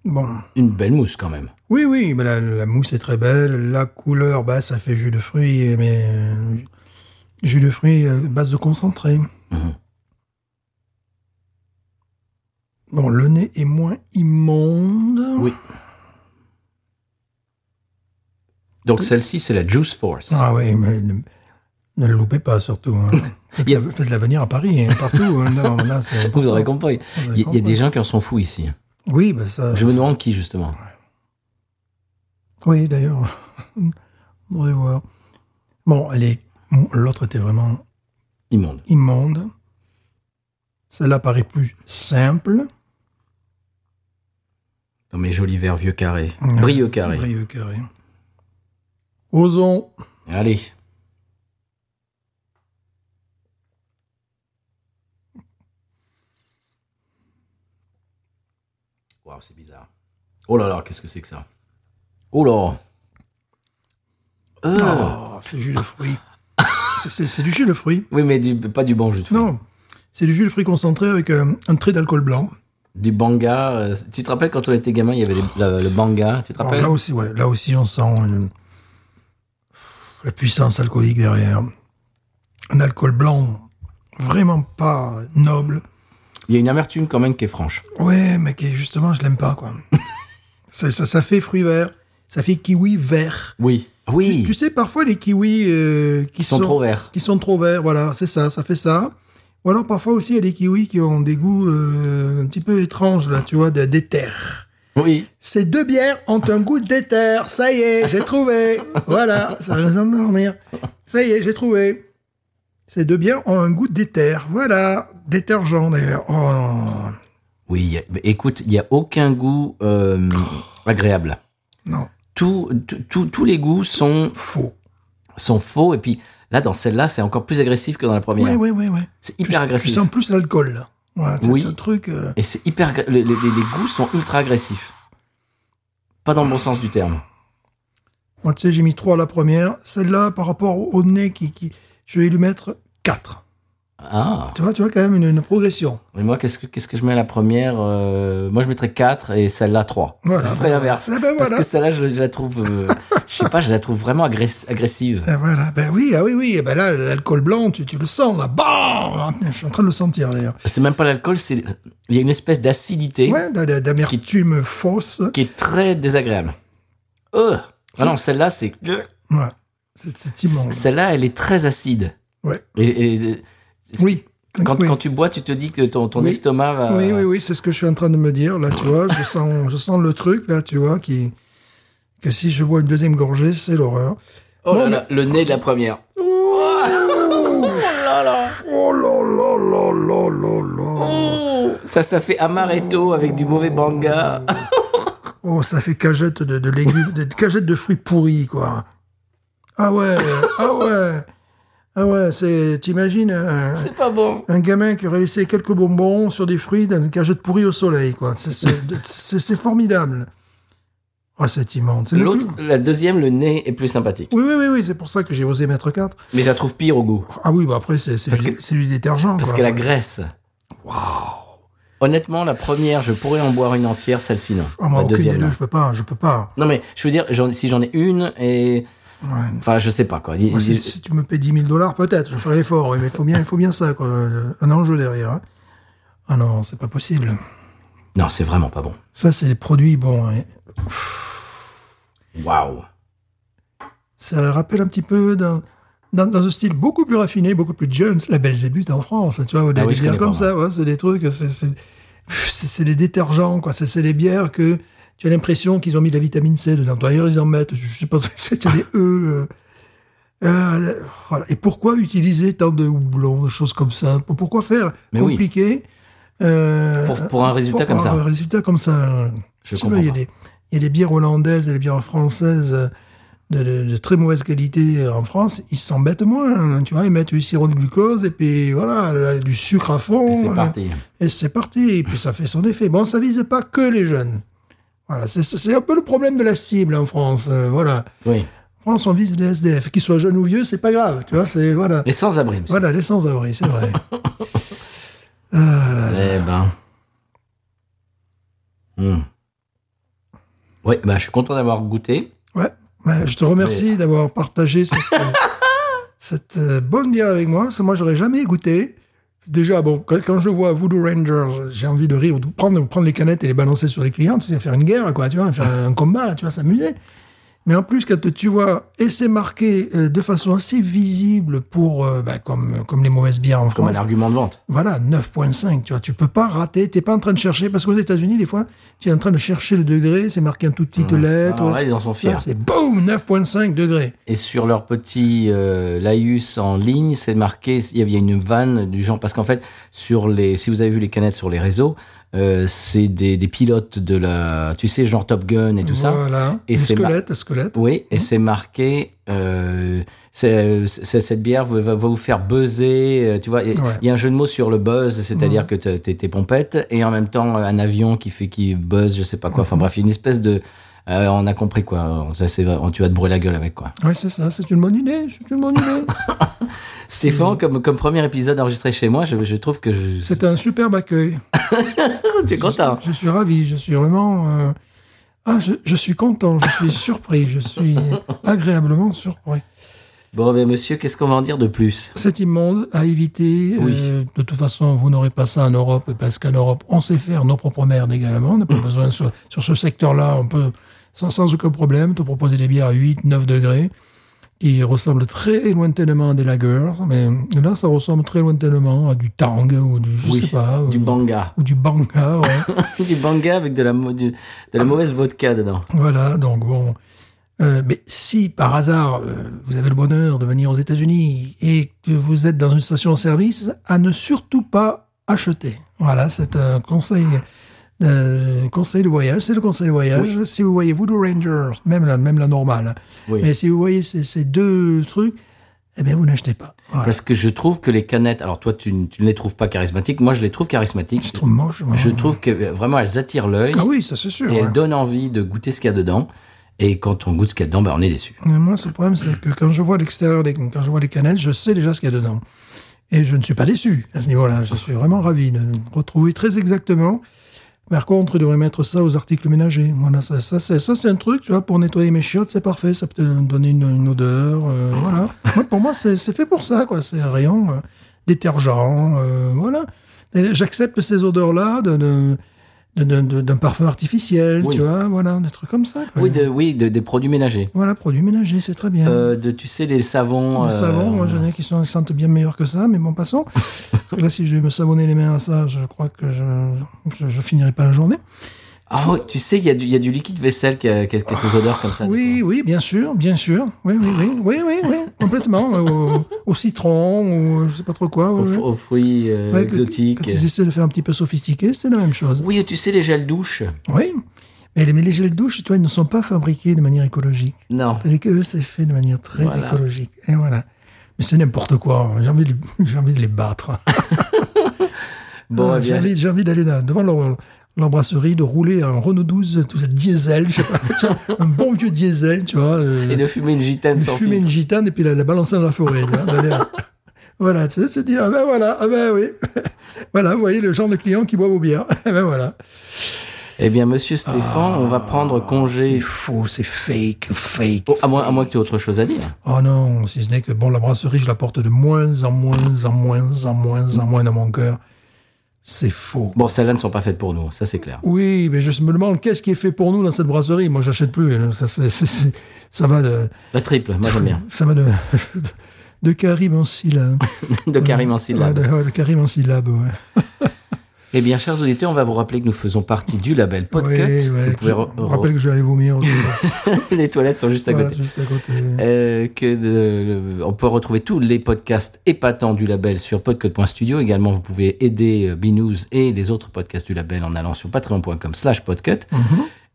[SPEAKER 2] Bon,
[SPEAKER 1] Une belle mousse quand même.
[SPEAKER 2] oui, oui, mais la, la mousse est très belle, la couleur, bah ça fait jus de fruits, mais euh, jus de fruits euh, base de concentré.
[SPEAKER 1] Mhm.
[SPEAKER 2] Bon, le nez est moins immonde.
[SPEAKER 1] Oui. Donc celle-ci, c'est la Juice Force.
[SPEAKER 2] Ah oui, mais ne, ne le loupez pas
[SPEAKER 1] (coughs)
[SPEAKER 2] surtout. hein. Faites-la faites-la venir à Paris, hein, partout. hein. Non, là, c'est
[SPEAKER 1] (laughs) Vous aurez
[SPEAKER 2] important.
[SPEAKER 1] compris.
[SPEAKER 2] Vous
[SPEAKER 1] Il y, a- il
[SPEAKER 2] aurez
[SPEAKER 1] y a des
[SPEAKER 2] compris.
[SPEAKER 1] gens qui en sont fous ici.
[SPEAKER 2] Oui, bah ça.
[SPEAKER 1] Je me demande qui, justement.
[SPEAKER 2] Oui, d'ailleurs. (laughs) On devrait voir. Bon, elle est- l'autre était vraiment
[SPEAKER 1] Immonde.
[SPEAKER 2] immonde. Celle-là paraît plus simple.
[SPEAKER 1] Dans mes jolis verres vieux carrés.
[SPEAKER 2] Ouais.
[SPEAKER 1] Brieux carré.
[SPEAKER 2] Brieux carré. Osons.
[SPEAKER 1] Allez. Waouh, c'est bizarre. Oh là là, qu'est-ce que c'est que ça Oh là Ah.
[SPEAKER 2] Oh, c'est jus de fruits. C'est- c'est c'est du jus de fruits.
[SPEAKER 1] Oui, mais du- pas du bon jus de fruits.
[SPEAKER 2] Non, c'est du jus de fruits concentré avec un, un trait d'alcool blanc.
[SPEAKER 1] Du banga. euh, Tu te rappelles quand on était gamin, il y avait les- la- le banga Tu te
[SPEAKER 2] Alors,
[SPEAKER 1] rappelles
[SPEAKER 2] là aussi, ouais, là aussi, on sent une- la puissance alcoolique derrière. Un alcool blanc, vraiment pas noble.
[SPEAKER 1] Il y a une amertume quand même qui est franche.
[SPEAKER 2] Ouais, mais qui est- justement, je
[SPEAKER 1] (laughs)
[SPEAKER 2] l'aime pas, quoi. ça, ça, ça fait fruit vert, ça fait kiwi vert.
[SPEAKER 1] Oui. Oui.
[SPEAKER 2] Tu sais, parfois, les kiwis euh, qui,
[SPEAKER 1] Ils sont trop verts.
[SPEAKER 2] qui sont trop verts, voilà, c'est ça, ça fait ça. Ou alors parfois aussi il y a des kiwis qui ont des goûts euh, un petit peu étranges là, tu vois, de- d'éther.
[SPEAKER 1] Oui.
[SPEAKER 2] Ces deux bières ont un goût d'éther. Ça y est, j'ai trouvé. Voilà, ça va nous endormir. Ça y est, j'ai trouvé. Ces deux bières ont un goût d'éther. Voilà, détergent d'ailleurs. Oh
[SPEAKER 1] Oui. il y a- mais Écoute, il n'y a aucun goût euh, agréable.
[SPEAKER 2] non,
[SPEAKER 1] Tout- tout- tout- tous les goûts sont
[SPEAKER 2] faux.
[SPEAKER 1] sont faux. Et puis là, dans celle-là, c'est encore plus agressif que dans la première.
[SPEAKER 2] Oui, oui, oui, oui.
[SPEAKER 1] C'est
[SPEAKER 2] Tu,
[SPEAKER 1] hyper
[SPEAKER 2] tu
[SPEAKER 1] agressif.
[SPEAKER 2] sens plus l'alcool. là. Voilà, c'est
[SPEAKER 1] Oui.
[SPEAKER 2] un truc. euh,
[SPEAKER 1] Et c'est hyper. agré- Les, les- les- les goûts sont ultra agressifs. Pas dans le bon sens du terme.
[SPEAKER 2] Moi, tu sais, j'ai mis trois à la première. Celle-là, par rapport au nez, qui, qui- je vais lui mettre 4.
[SPEAKER 1] Ah.
[SPEAKER 2] Tu vois, tu vois quand même une, une progression.
[SPEAKER 1] Mais moi, qu'est-ce que, qu'est-ce que je mets à la première euh, Moi, je mettrais 4 et celle-là 3.
[SPEAKER 2] Voilà.
[SPEAKER 1] Après l'inverse.
[SPEAKER 2] Eh ben
[SPEAKER 1] Parce
[SPEAKER 2] voilà.
[SPEAKER 1] que celle-là, je, je la trouve. euh,
[SPEAKER 2] (laughs)
[SPEAKER 1] je sais pas, je la trouve vraiment agress- agressive.
[SPEAKER 2] Eh, voilà. Ben oui, ah oui, oui. Et ben là, l'alcool blanc, tu, tu le sens là. Bam Je suis en train de le sentir d'ailleurs.
[SPEAKER 1] C'est même pas l'alcool, c'est il y a une espèce d'acidité
[SPEAKER 2] Ouais, d'a- d'a- d'amertume fausse.
[SPEAKER 1] qui est très désagréable. Euh. Ah non, celle-là, c'est.
[SPEAKER 2] Ouais. C'est- C'est immense.
[SPEAKER 1] Celle-là, elle est très acide.
[SPEAKER 2] Ouais.
[SPEAKER 1] Et- et-
[SPEAKER 2] Oui.
[SPEAKER 1] Quand,
[SPEAKER 2] Oui.
[SPEAKER 1] quand tu bois, tu te dis que ton, ton
[SPEAKER 2] Oui.
[SPEAKER 1] estomac va.
[SPEAKER 2] Oui, oui, oui, c'est ce que je suis en train de me dire. Là, tu vois, je sens, je sens le truc, là, tu vois, qui, que si je bois une deuxième gorgée,
[SPEAKER 1] (laughs)
[SPEAKER 2] c'est l'horreur.
[SPEAKER 1] Oh là
[SPEAKER 2] Bon,
[SPEAKER 1] là, le nez de la première.
[SPEAKER 2] Oh
[SPEAKER 1] là là.
[SPEAKER 2] Oh là là là là là là
[SPEAKER 1] Oh. Ça, ça fait amaretto avec du mauvais banga. (laughs)
[SPEAKER 2] Oh, ça fait cagette de, de légumes, de, cagette de fruits pourris, quoi. Ah ouais, ah ouais, ah ouais, c'est, t'imagines un,
[SPEAKER 1] C'est pas bon.
[SPEAKER 2] un gamin qui aurait laissé quelques bonbons sur des fruits dans une cagette pourrie au soleil, quoi. C'est- C'est c'est- c'est formidable. Oh, c'est immense. C'est le
[SPEAKER 1] L'autre,
[SPEAKER 2] plus-
[SPEAKER 1] la deuxième, le nez est plus sympathique.
[SPEAKER 2] Oui, oui, oui, oui, c'est pour ça que j'ai osé mettre 4.
[SPEAKER 1] Mais je la trouve pire au goût.
[SPEAKER 2] Ah oui, bah après, c'est c'est
[SPEAKER 1] Parce
[SPEAKER 2] du, c'est du détergent.
[SPEAKER 1] Parce
[SPEAKER 2] quoi.
[SPEAKER 1] qu'elle agresse.
[SPEAKER 2] bah Waouh
[SPEAKER 1] Honnêtement, la première, je pourrais en boire une entière, celle-ci non.
[SPEAKER 2] Ah, moi,
[SPEAKER 1] la
[SPEAKER 2] aucune des
[SPEAKER 1] deuxième.
[SPEAKER 2] deux,
[SPEAKER 1] Non.
[SPEAKER 2] je peux pas, je peux pas.
[SPEAKER 1] Non, mais je veux dire, j'en- si j'en ai une, et.
[SPEAKER 2] Ouais.
[SPEAKER 1] Enfin, je sais pas quoi. Il-
[SPEAKER 2] Moi, si,
[SPEAKER 1] il-
[SPEAKER 2] si tu me payes 10 000 dollars, peut-être, je ferai l'effort, oui, mais il faut bien, il faut bien ça, quoi. Euh, Un enjeu derrière. hein. Ah non, c'est pas possible.
[SPEAKER 1] Non, c'est vraiment pas bon.
[SPEAKER 2] Ça, c'est les produits, bon, hein, ouais.
[SPEAKER 1] Waouh.
[SPEAKER 2] ça rappelle un petit peu dans, dans, dans un style beaucoup plus raffiné, beaucoup plus Jones, la Belzébuth en France, tu vois, ou des,
[SPEAKER 1] Ah oui,
[SPEAKER 2] des
[SPEAKER 1] je
[SPEAKER 2] bières
[SPEAKER 1] connais pas,
[SPEAKER 2] comme ça, ouais, c'est des trucs, c'est- c'est c'est- c'est des détergents, quoi, c'est c'est des bières que tu as l'impression qu'ils ont mis de la vitamine C dedans. D'ailleurs, ils en mettent, je sais pas, c'était des E. euh, euh, voilà. Et pourquoi utiliser tant de houblons, de choses comme ça Pour- Pourquoi faire
[SPEAKER 1] Mais oui.
[SPEAKER 2] compliqué euh,
[SPEAKER 1] Pour- pour un résultat comme
[SPEAKER 2] pour
[SPEAKER 1] ça.
[SPEAKER 2] Un résultat comme ça.
[SPEAKER 1] Je
[SPEAKER 2] Tu
[SPEAKER 1] comprends
[SPEAKER 2] vois, il y, a
[SPEAKER 1] pas.
[SPEAKER 2] des- il y a des bières hollandaises et des bières françaises euh, de, de- de très mauvaise qualité euh, en France. Ils s'embêtent moins. hein, tu vois, ils mettent du sirop de glucose et puis voilà, là, du sucre à fond.
[SPEAKER 1] Et c'est
[SPEAKER 2] euh,
[SPEAKER 1] parti.
[SPEAKER 2] Et c'est parti. Et puis ça fait son effet. Bon, ça vise pas que les jeunes. Voilà, c'est- c'est c'est un peu le problème de la cible en France. euh, voilà.
[SPEAKER 1] Oui.
[SPEAKER 2] En France, on vise les SDF. Qu'ils soient jeunes ou vieux, c'est pas grave. Tu vois, c'est voilà.
[SPEAKER 1] Les sans-abri. monsieur.
[SPEAKER 2] Voilà, les sans-abri, c'est vrai. Ah là là.
[SPEAKER 1] Eh ben. Hmm. Oui, ben, je suis content d'avoir goûté.
[SPEAKER 2] Ouais, bah, je te remercie d'avoir partagé cette, euh, cette, euh, bonne bière avec moi, parce que moi, j'aurais jamais goûté. Déjà, bon, quand, quand je vois Voodoo Rangers, j'ai envie de rire, ou de prendre, prendre les canettes et les balancer sur les clients, tu sais, faire une guerre, quoi, tu vois, faire un combat, tu vois, s'amuser. Mais en plus, quand tu vois, et c'est marqué euh, de façon assez visible pour, euh, bah, comme, comme les mauvaises bières en
[SPEAKER 1] Comme
[SPEAKER 2] France,
[SPEAKER 1] un argument de vente.
[SPEAKER 2] voilà, 9.5, tu vois, tu peux pas rater, t'es pas en train de chercher, parce qu'aux États-Unis, des fois, tu es en train de chercher le degré, c'est marqué en toute petite lettre.
[SPEAKER 1] Alors là, Ah, ils Bah, en sont fiers.
[SPEAKER 2] Là, c'est boum, 9.5 degrés.
[SPEAKER 1] Et sur leur petit euh, laïus en ligne, c'est marqué, il y avait une vanne du genre, parce qu'en fait, sur les, si vous avez vu les canettes sur les réseaux, euh, c'est des, des pilotes de la, tu sais, genre Top Gun et tout ça.
[SPEAKER 2] Voilà.
[SPEAKER 1] Et
[SPEAKER 2] Et
[SPEAKER 1] c'est mar-
[SPEAKER 2] squelette, squelette.
[SPEAKER 1] Oui, et c'est marqué, euh, c'est- c'est- cette bière va, va vous faire buzzer, euh, tu vois. et- Il
[SPEAKER 2] Ouais.
[SPEAKER 1] y a un jeu de mots sur le buzz, c'est-à-dire que t'es- t'es t'es pompette, et en même temps, un avion qui fait qui buzz, je sais pas quoi. Enfin bref, il y a une espèce de, euh, on a compris quoi. Ça, c'est vrai, tu vas te brûler la gueule avec quoi.
[SPEAKER 2] Oui, c'est ça, c'est une bonne idée, c'est une
[SPEAKER 1] (laughs)
[SPEAKER 2] bonne idée.
[SPEAKER 1] Stéphane, comme, comme premier épisode enregistré chez moi, je, je trouve que je.
[SPEAKER 2] c'est un superbe accueil.
[SPEAKER 1] tu es content.
[SPEAKER 2] Je suis ravi, je suis vraiment... euh, Ah, je, je suis content, je suis surpris,
[SPEAKER 1] (laughs)
[SPEAKER 2] je suis agréablement surpris.
[SPEAKER 1] Bon, mais monsieur, qu'est-ce qu'on va en dire de plus
[SPEAKER 2] C'est immonde à éviter.
[SPEAKER 1] Oui.
[SPEAKER 2] euh, de toute façon, vous n'aurez pas ça en Europe, parce qu'en Europe, on sait faire nos propres merdes également. On n'a
[SPEAKER 1] Mm.
[SPEAKER 2] pas besoin, sur, sur ce secteur-là, on peut, sans, sans aucun problème, te proposer des bières à 8, 9 degrés, qui ressemblent très lointainement à des lagers, mais là, ça ressemble très lointainement à du tang, ou du, je
[SPEAKER 1] Oui,
[SPEAKER 2] sais pas, ou
[SPEAKER 1] Du banga. (laughs)
[SPEAKER 2] ou du banga, ouais.
[SPEAKER 1] du banga avec de la, mo- du- de la mauvaise vodka dedans.
[SPEAKER 2] Voilà, donc bon. Euh, mais si par hasard euh, vous avez le bonheur de venir aux États-Unis et que vous êtes dans une station-service, à ne surtout pas acheter. Voilà, c'est un conseil, euh, conseil de voyage. C'est le conseil de voyage. Si vous voyez Voodoo Rangers, même la, même la normale,
[SPEAKER 1] Oui.
[SPEAKER 2] mais si vous voyez ces, ces deux trucs, eh bien vous n'achetez pas. Voilà.
[SPEAKER 1] Parce que je trouve que les canettes. Alors, toi, tu, ne- tu ne les trouves pas charismatiques. Moi, je les trouve charismatiques.
[SPEAKER 2] Je trouve moche. moi.
[SPEAKER 1] Je trouve que euh, vraiment, elles attirent l'œil
[SPEAKER 2] Ah oui, ça c'est sûr.
[SPEAKER 1] et
[SPEAKER 2] ouais.
[SPEAKER 1] elles donnent envie de goûter ce qu'il y a dedans. Et quand on goûte ce qu'il y a dedans, ben, on est déçu.
[SPEAKER 2] Mais moi, ce problème, c'est que quand je vois l'extérieur, des- quand je vois les canettes, je sais déjà ce qu'il y a dedans. Et je ne suis pas déçu à ce niveau-là. Je suis vraiment ravi de retrouver très exactement. Par contre, il devrait mettre ça aux articles ménagers. Voilà, ça, ça, c'est, ça c'est un truc, tu vois, pour nettoyer mes chiottes, c'est parfait. Ça peut donner une, une odeur. euh, voilà. Moi, pour moi, c'est, c'est fait pour ça, quoi. C'est un rayon euh, détergent. euh, voilà. Et j'accepte ces odeurs-là de, de- de- de- de- d'un parfum artificiel,
[SPEAKER 1] Oui.
[SPEAKER 2] tu vois. Voilà, des trucs comme ça. quoi.
[SPEAKER 1] Oui, de- oui de- des produits ménagers.
[SPEAKER 2] Voilà, produits ménagers, c'est très bien.
[SPEAKER 1] Euh, de, tu sais, les savons.
[SPEAKER 2] Le
[SPEAKER 1] euh,
[SPEAKER 2] savon, moi j'en ai qui sont, qui sentent bien meilleurs que ça, mais
[SPEAKER 1] (laughs)
[SPEAKER 2] bon, passons. Parce que là, si je vais me savonner les mains à ça, je crois que je, je, je finirai pas la journée.
[SPEAKER 1] Ah, ouais, tu sais, il y, a du- il y a du liquide vaisselle qui a, qui a- qui a ces odeurs comme ça.
[SPEAKER 2] Ah Oui, oui, bien sûr, bien sûr. Oui, oui, oui, oui, oui, oui, complètement. Euh, Au, au citron, ou je sais pas trop quoi.
[SPEAKER 1] Aux,
[SPEAKER 2] ouais, ouais.
[SPEAKER 1] fr- aux fruits euh,
[SPEAKER 2] Ouais, quand-
[SPEAKER 1] exotiques.
[SPEAKER 2] Quand ils essaient de faire un petit peu sophistiqué, c'est la même chose.
[SPEAKER 1] Oui, tu sais, les gels douche.
[SPEAKER 2] Oui. Mais les, mais les gels douche, tu vois, ils ne sont pas fabriqués de manière écologique.
[SPEAKER 1] Non.
[SPEAKER 2] Tandis que eux, c'est fait de manière très
[SPEAKER 1] Voilà.
[SPEAKER 2] écologique. Et voilà. Mais c'est n'importe quoi. J'ai envie, de, (laughs) j'ai envie de les battre.
[SPEAKER 1] (laughs) Bon,
[SPEAKER 2] Ah,
[SPEAKER 1] eh
[SPEAKER 2] j'ai
[SPEAKER 1] bien,
[SPEAKER 2] envie, j'ai envie d'aller là, devant leur, leur brasserie, de rouler un Renault 12, tout ça, diesel, je sais pas, tu vois,
[SPEAKER 1] (laughs)
[SPEAKER 2] un bon vieux diesel, tu vois. euh,
[SPEAKER 1] et de fumer une gitane
[SPEAKER 2] de
[SPEAKER 1] sans
[SPEAKER 2] fumer
[SPEAKER 1] filtre.
[SPEAKER 2] une gitane et puis la, la balancer dans la forêt. tu vois, d'aller
[SPEAKER 1] (laughs)
[SPEAKER 2] à- voilà, tu sais, c'est dire, ah ben voilà, ah ben oui. (laughs) voilà, vous voyez le genre de client qui boit vos bières. (laughs) Ah ben voilà.
[SPEAKER 1] Eh bien, monsieur Stéphane, on va prendre
[SPEAKER 2] Ah, C'est
[SPEAKER 1] congé.
[SPEAKER 2] faux, c'est fake, fake.
[SPEAKER 1] Oh, à, moins, à moins que tu aies autre chose à dire.
[SPEAKER 2] Oh non, si ce n'est que bon, la brasserie, je la porte de moins en moins en moins en moins en moins dans mon cœur. C'est faux.
[SPEAKER 1] Bon, celles-là ne sont pas faites pour nous, ça c'est clair.
[SPEAKER 2] Oui, mais je me demande qu'est-ce qui est fait pour nous dans cette brasserie. Moi, j'achète plus. hein. Ça, c'est- c'est- c'est- ça va de,
[SPEAKER 1] La triple, moi j'aime bien. (laughs)
[SPEAKER 2] ça va de, (laughs) de, de carib en syllabe.
[SPEAKER 1] De Karim en syllabe.
[SPEAKER 2] Ouais, de, ouais, de carib en syllabe. Ouais.
[SPEAKER 1] Eh bien, chers auditeurs, on va vous rappeler que nous faisons partie du label Podcut.
[SPEAKER 2] Oui, ouais,
[SPEAKER 1] vous
[SPEAKER 2] que
[SPEAKER 1] pouvez
[SPEAKER 2] je,
[SPEAKER 1] re-
[SPEAKER 2] je rappelle que je vais aller vomir.
[SPEAKER 1] (laughs)
[SPEAKER 2] aussi.
[SPEAKER 1] re- Les toilettes sont juste à
[SPEAKER 2] Voilà,
[SPEAKER 1] côté.
[SPEAKER 2] juste à côté.
[SPEAKER 1] Euh, que de- on peut retrouver tous les podcasts épatants du label sur podcut.studio. Également, vous pouvez aider euh, Binous et les autres podcasts du label en allant sur patreon.com slash podcut.
[SPEAKER 2] Mhm.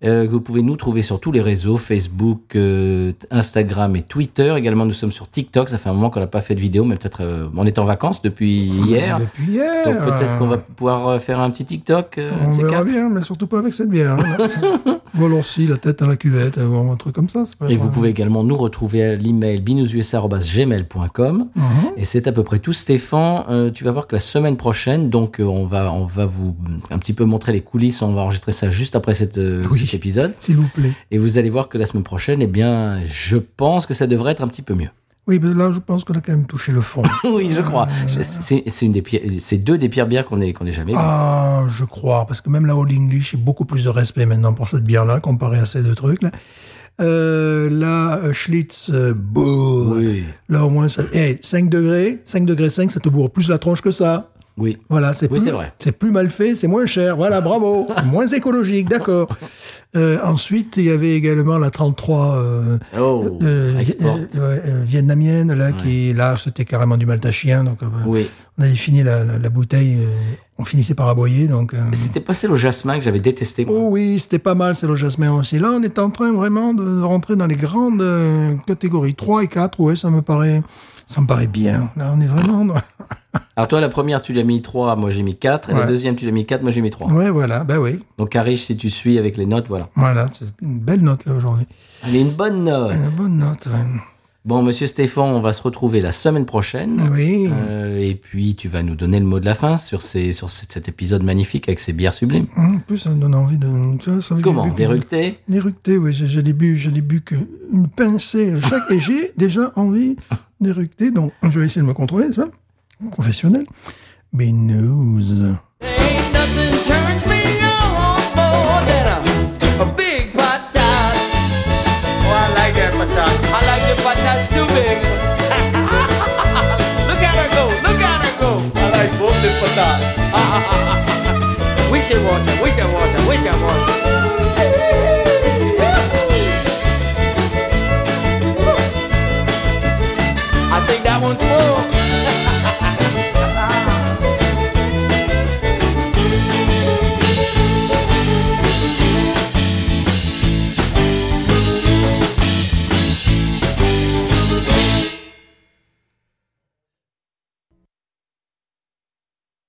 [SPEAKER 1] Euh, vous pouvez nous trouver sur tous les réseaux, Facebook, euh, Instagram et Twitter. Également, nous sommes sur TikTok. Ça fait un moment qu'on n'a pas fait de vidéo, mais peut-être euh, on est en vacances depuis hier.
[SPEAKER 2] Depuis hier.
[SPEAKER 1] Donc peut-être qu'on va pouvoir euh, faire un petit TikTok. euh, un
[SPEAKER 2] On
[SPEAKER 1] de ces
[SPEAKER 2] verra
[SPEAKER 1] quatre.
[SPEAKER 2] bien, mais surtout pas avec cette
[SPEAKER 1] (laughs)
[SPEAKER 2] bière. hein. Voloncy, la tête à la cuvette, euh, ou un truc comme ça. ça peut
[SPEAKER 1] Et
[SPEAKER 2] être,
[SPEAKER 1] vous
[SPEAKER 2] euh,
[SPEAKER 1] pouvez également nous retrouver à l'email binoususa.gmail.com.
[SPEAKER 2] mhm.
[SPEAKER 1] Et c'est à peu près tout, Stéphane. Euh, tu vas voir que la semaine prochaine, donc euh, on va, on va vous mm, un petit peu montrer les coulisses. On va enregistrer ça juste après cette, euh,
[SPEAKER 2] Oui.
[SPEAKER 1] cet épisode.
[SPEAKER 2] S'il vous plaît.
[SPEAKER 1] Et vous allez voir que la semaine prochaine, eh bien, je pense que ça devrait être un petit peu
[SPEAKER 2] (laughs)
[SPEAKER 1] mieux.
[SPEAKER 2] Oui, mais là, je pense qu'on a quand même touché
[SPEAKER 1] (laughs)
[SPEAKER 2] le fond.
[SPEAKER 1] oui, je crois. Je- C'est c'est une des pires- c'est deux des pires bières qu'on ait, qu'on ait jamais. vues.
[SPEAKER 2] Ah, je crois, parce que même la Old English, j'ai beaucoup plus de respect maintenant pour cette bière-là, comparé à ces deux trucs-là. Euh, la euh, Schlitz, euh, boum.
[SPEAKER 1] Oui,
[SPEAKER 2] Là, au moins, ça... hey, 5 degrés, 5 degrés 5, ça te bourre plus la tronche que ça.
[SPEAKER 1] oui.
[SPEAKER 2] Voilà, c'est
[SPEAKER 1] Oui,
[SPEAKER 2] plus,
[SPEAKER 1] c'est vrai.
[SPEAKER 2] c'est plus mal fait, c'est moins cher. Voilà,
[SPEAKER 1] (laughs)
[SPEAKER 2] bravo, c'est moins écologique, d'accord. Euh, ensuite, il y avait également la 33 euh,
[SPEAKER 1] Oh,
[SPEAKER 2] euh,
[SPEAKER 1] export.
[SPEAKER 2] vi- euh, ouais, euh, vietnamienne, là, qui là, c'était carrément du malta chien, donc euh,
[SPEAKER 1] Oui.
[SPEAKER 2] on avait fini la, la- la bouteille, euh, on finissait par aboyer, donc. euh,
[SPEAKER 1] C'était pas celle au jasmin que j'avais détesté. moi.
[SPEAKER 2] Oh oui, c'était pas mal, c'est le jasmin aussi. Là, on est en train vraiment de rentrer dans les grandes euh, catégories 3 et 4. Ouais, ça me paraît, ça me paraît bien. Là, on est vraiment. dans- (laughs)
[SPEAKER 1] Alors toi, la première, tu l'as mis 3, moi j'ai mis 4. Et la
[SPEAKER 2] Ouais.
[SPEAKER 1] deuxième, tu l'as mis 4, moi j'ai mis 3.
[SPEAKER 2] Ouais, voilà, bah oui.
[SPEAKER 1] Donc Arish, si tu suis avec les notes, voilà.
[SPEAKER 2] Voilà, c'est une belle note là aujourd'hui.
[SPEAKER 1] Allez, une bonne note.
[SPEAKER 2] Une Euh, bonne note, ouais.
[SPEAKER 1] Bon, monsieur Stéphane, on va se retrouver la semaine prochaine.
[SPEAKER 2] Oui.
[SPEAKER 1] Euh, et puis, tu vas nous donner le mot de la fin sur, ces, sur ce- cet épisode magnifique avec ces bières sublimes.
[SPEAKER 2] En plus, ça me donne envie de. tu vois, ça me-
[SPEAKER 1] Comment Déructé
[SPEAKER 2] D'éructer, oui, je, je l'ai bu, je l'ai bu qu'une pincée à chaque,
[SPEAKER 1] (laughs)
[SPEAKER 2] et j'ai déjà envie d'éructer, donc je vais essayer de me contrôler, c'est pas Professionnel. Binouze.
[SPEAKER 3] Ain't nothing turns me on more than a, a big patat. Oh, I like that patat. I like the patats too big. (laughs) look at her go, look at her go. I (laughs) like both the patats. we should watch her, we should watch her, we should watch her.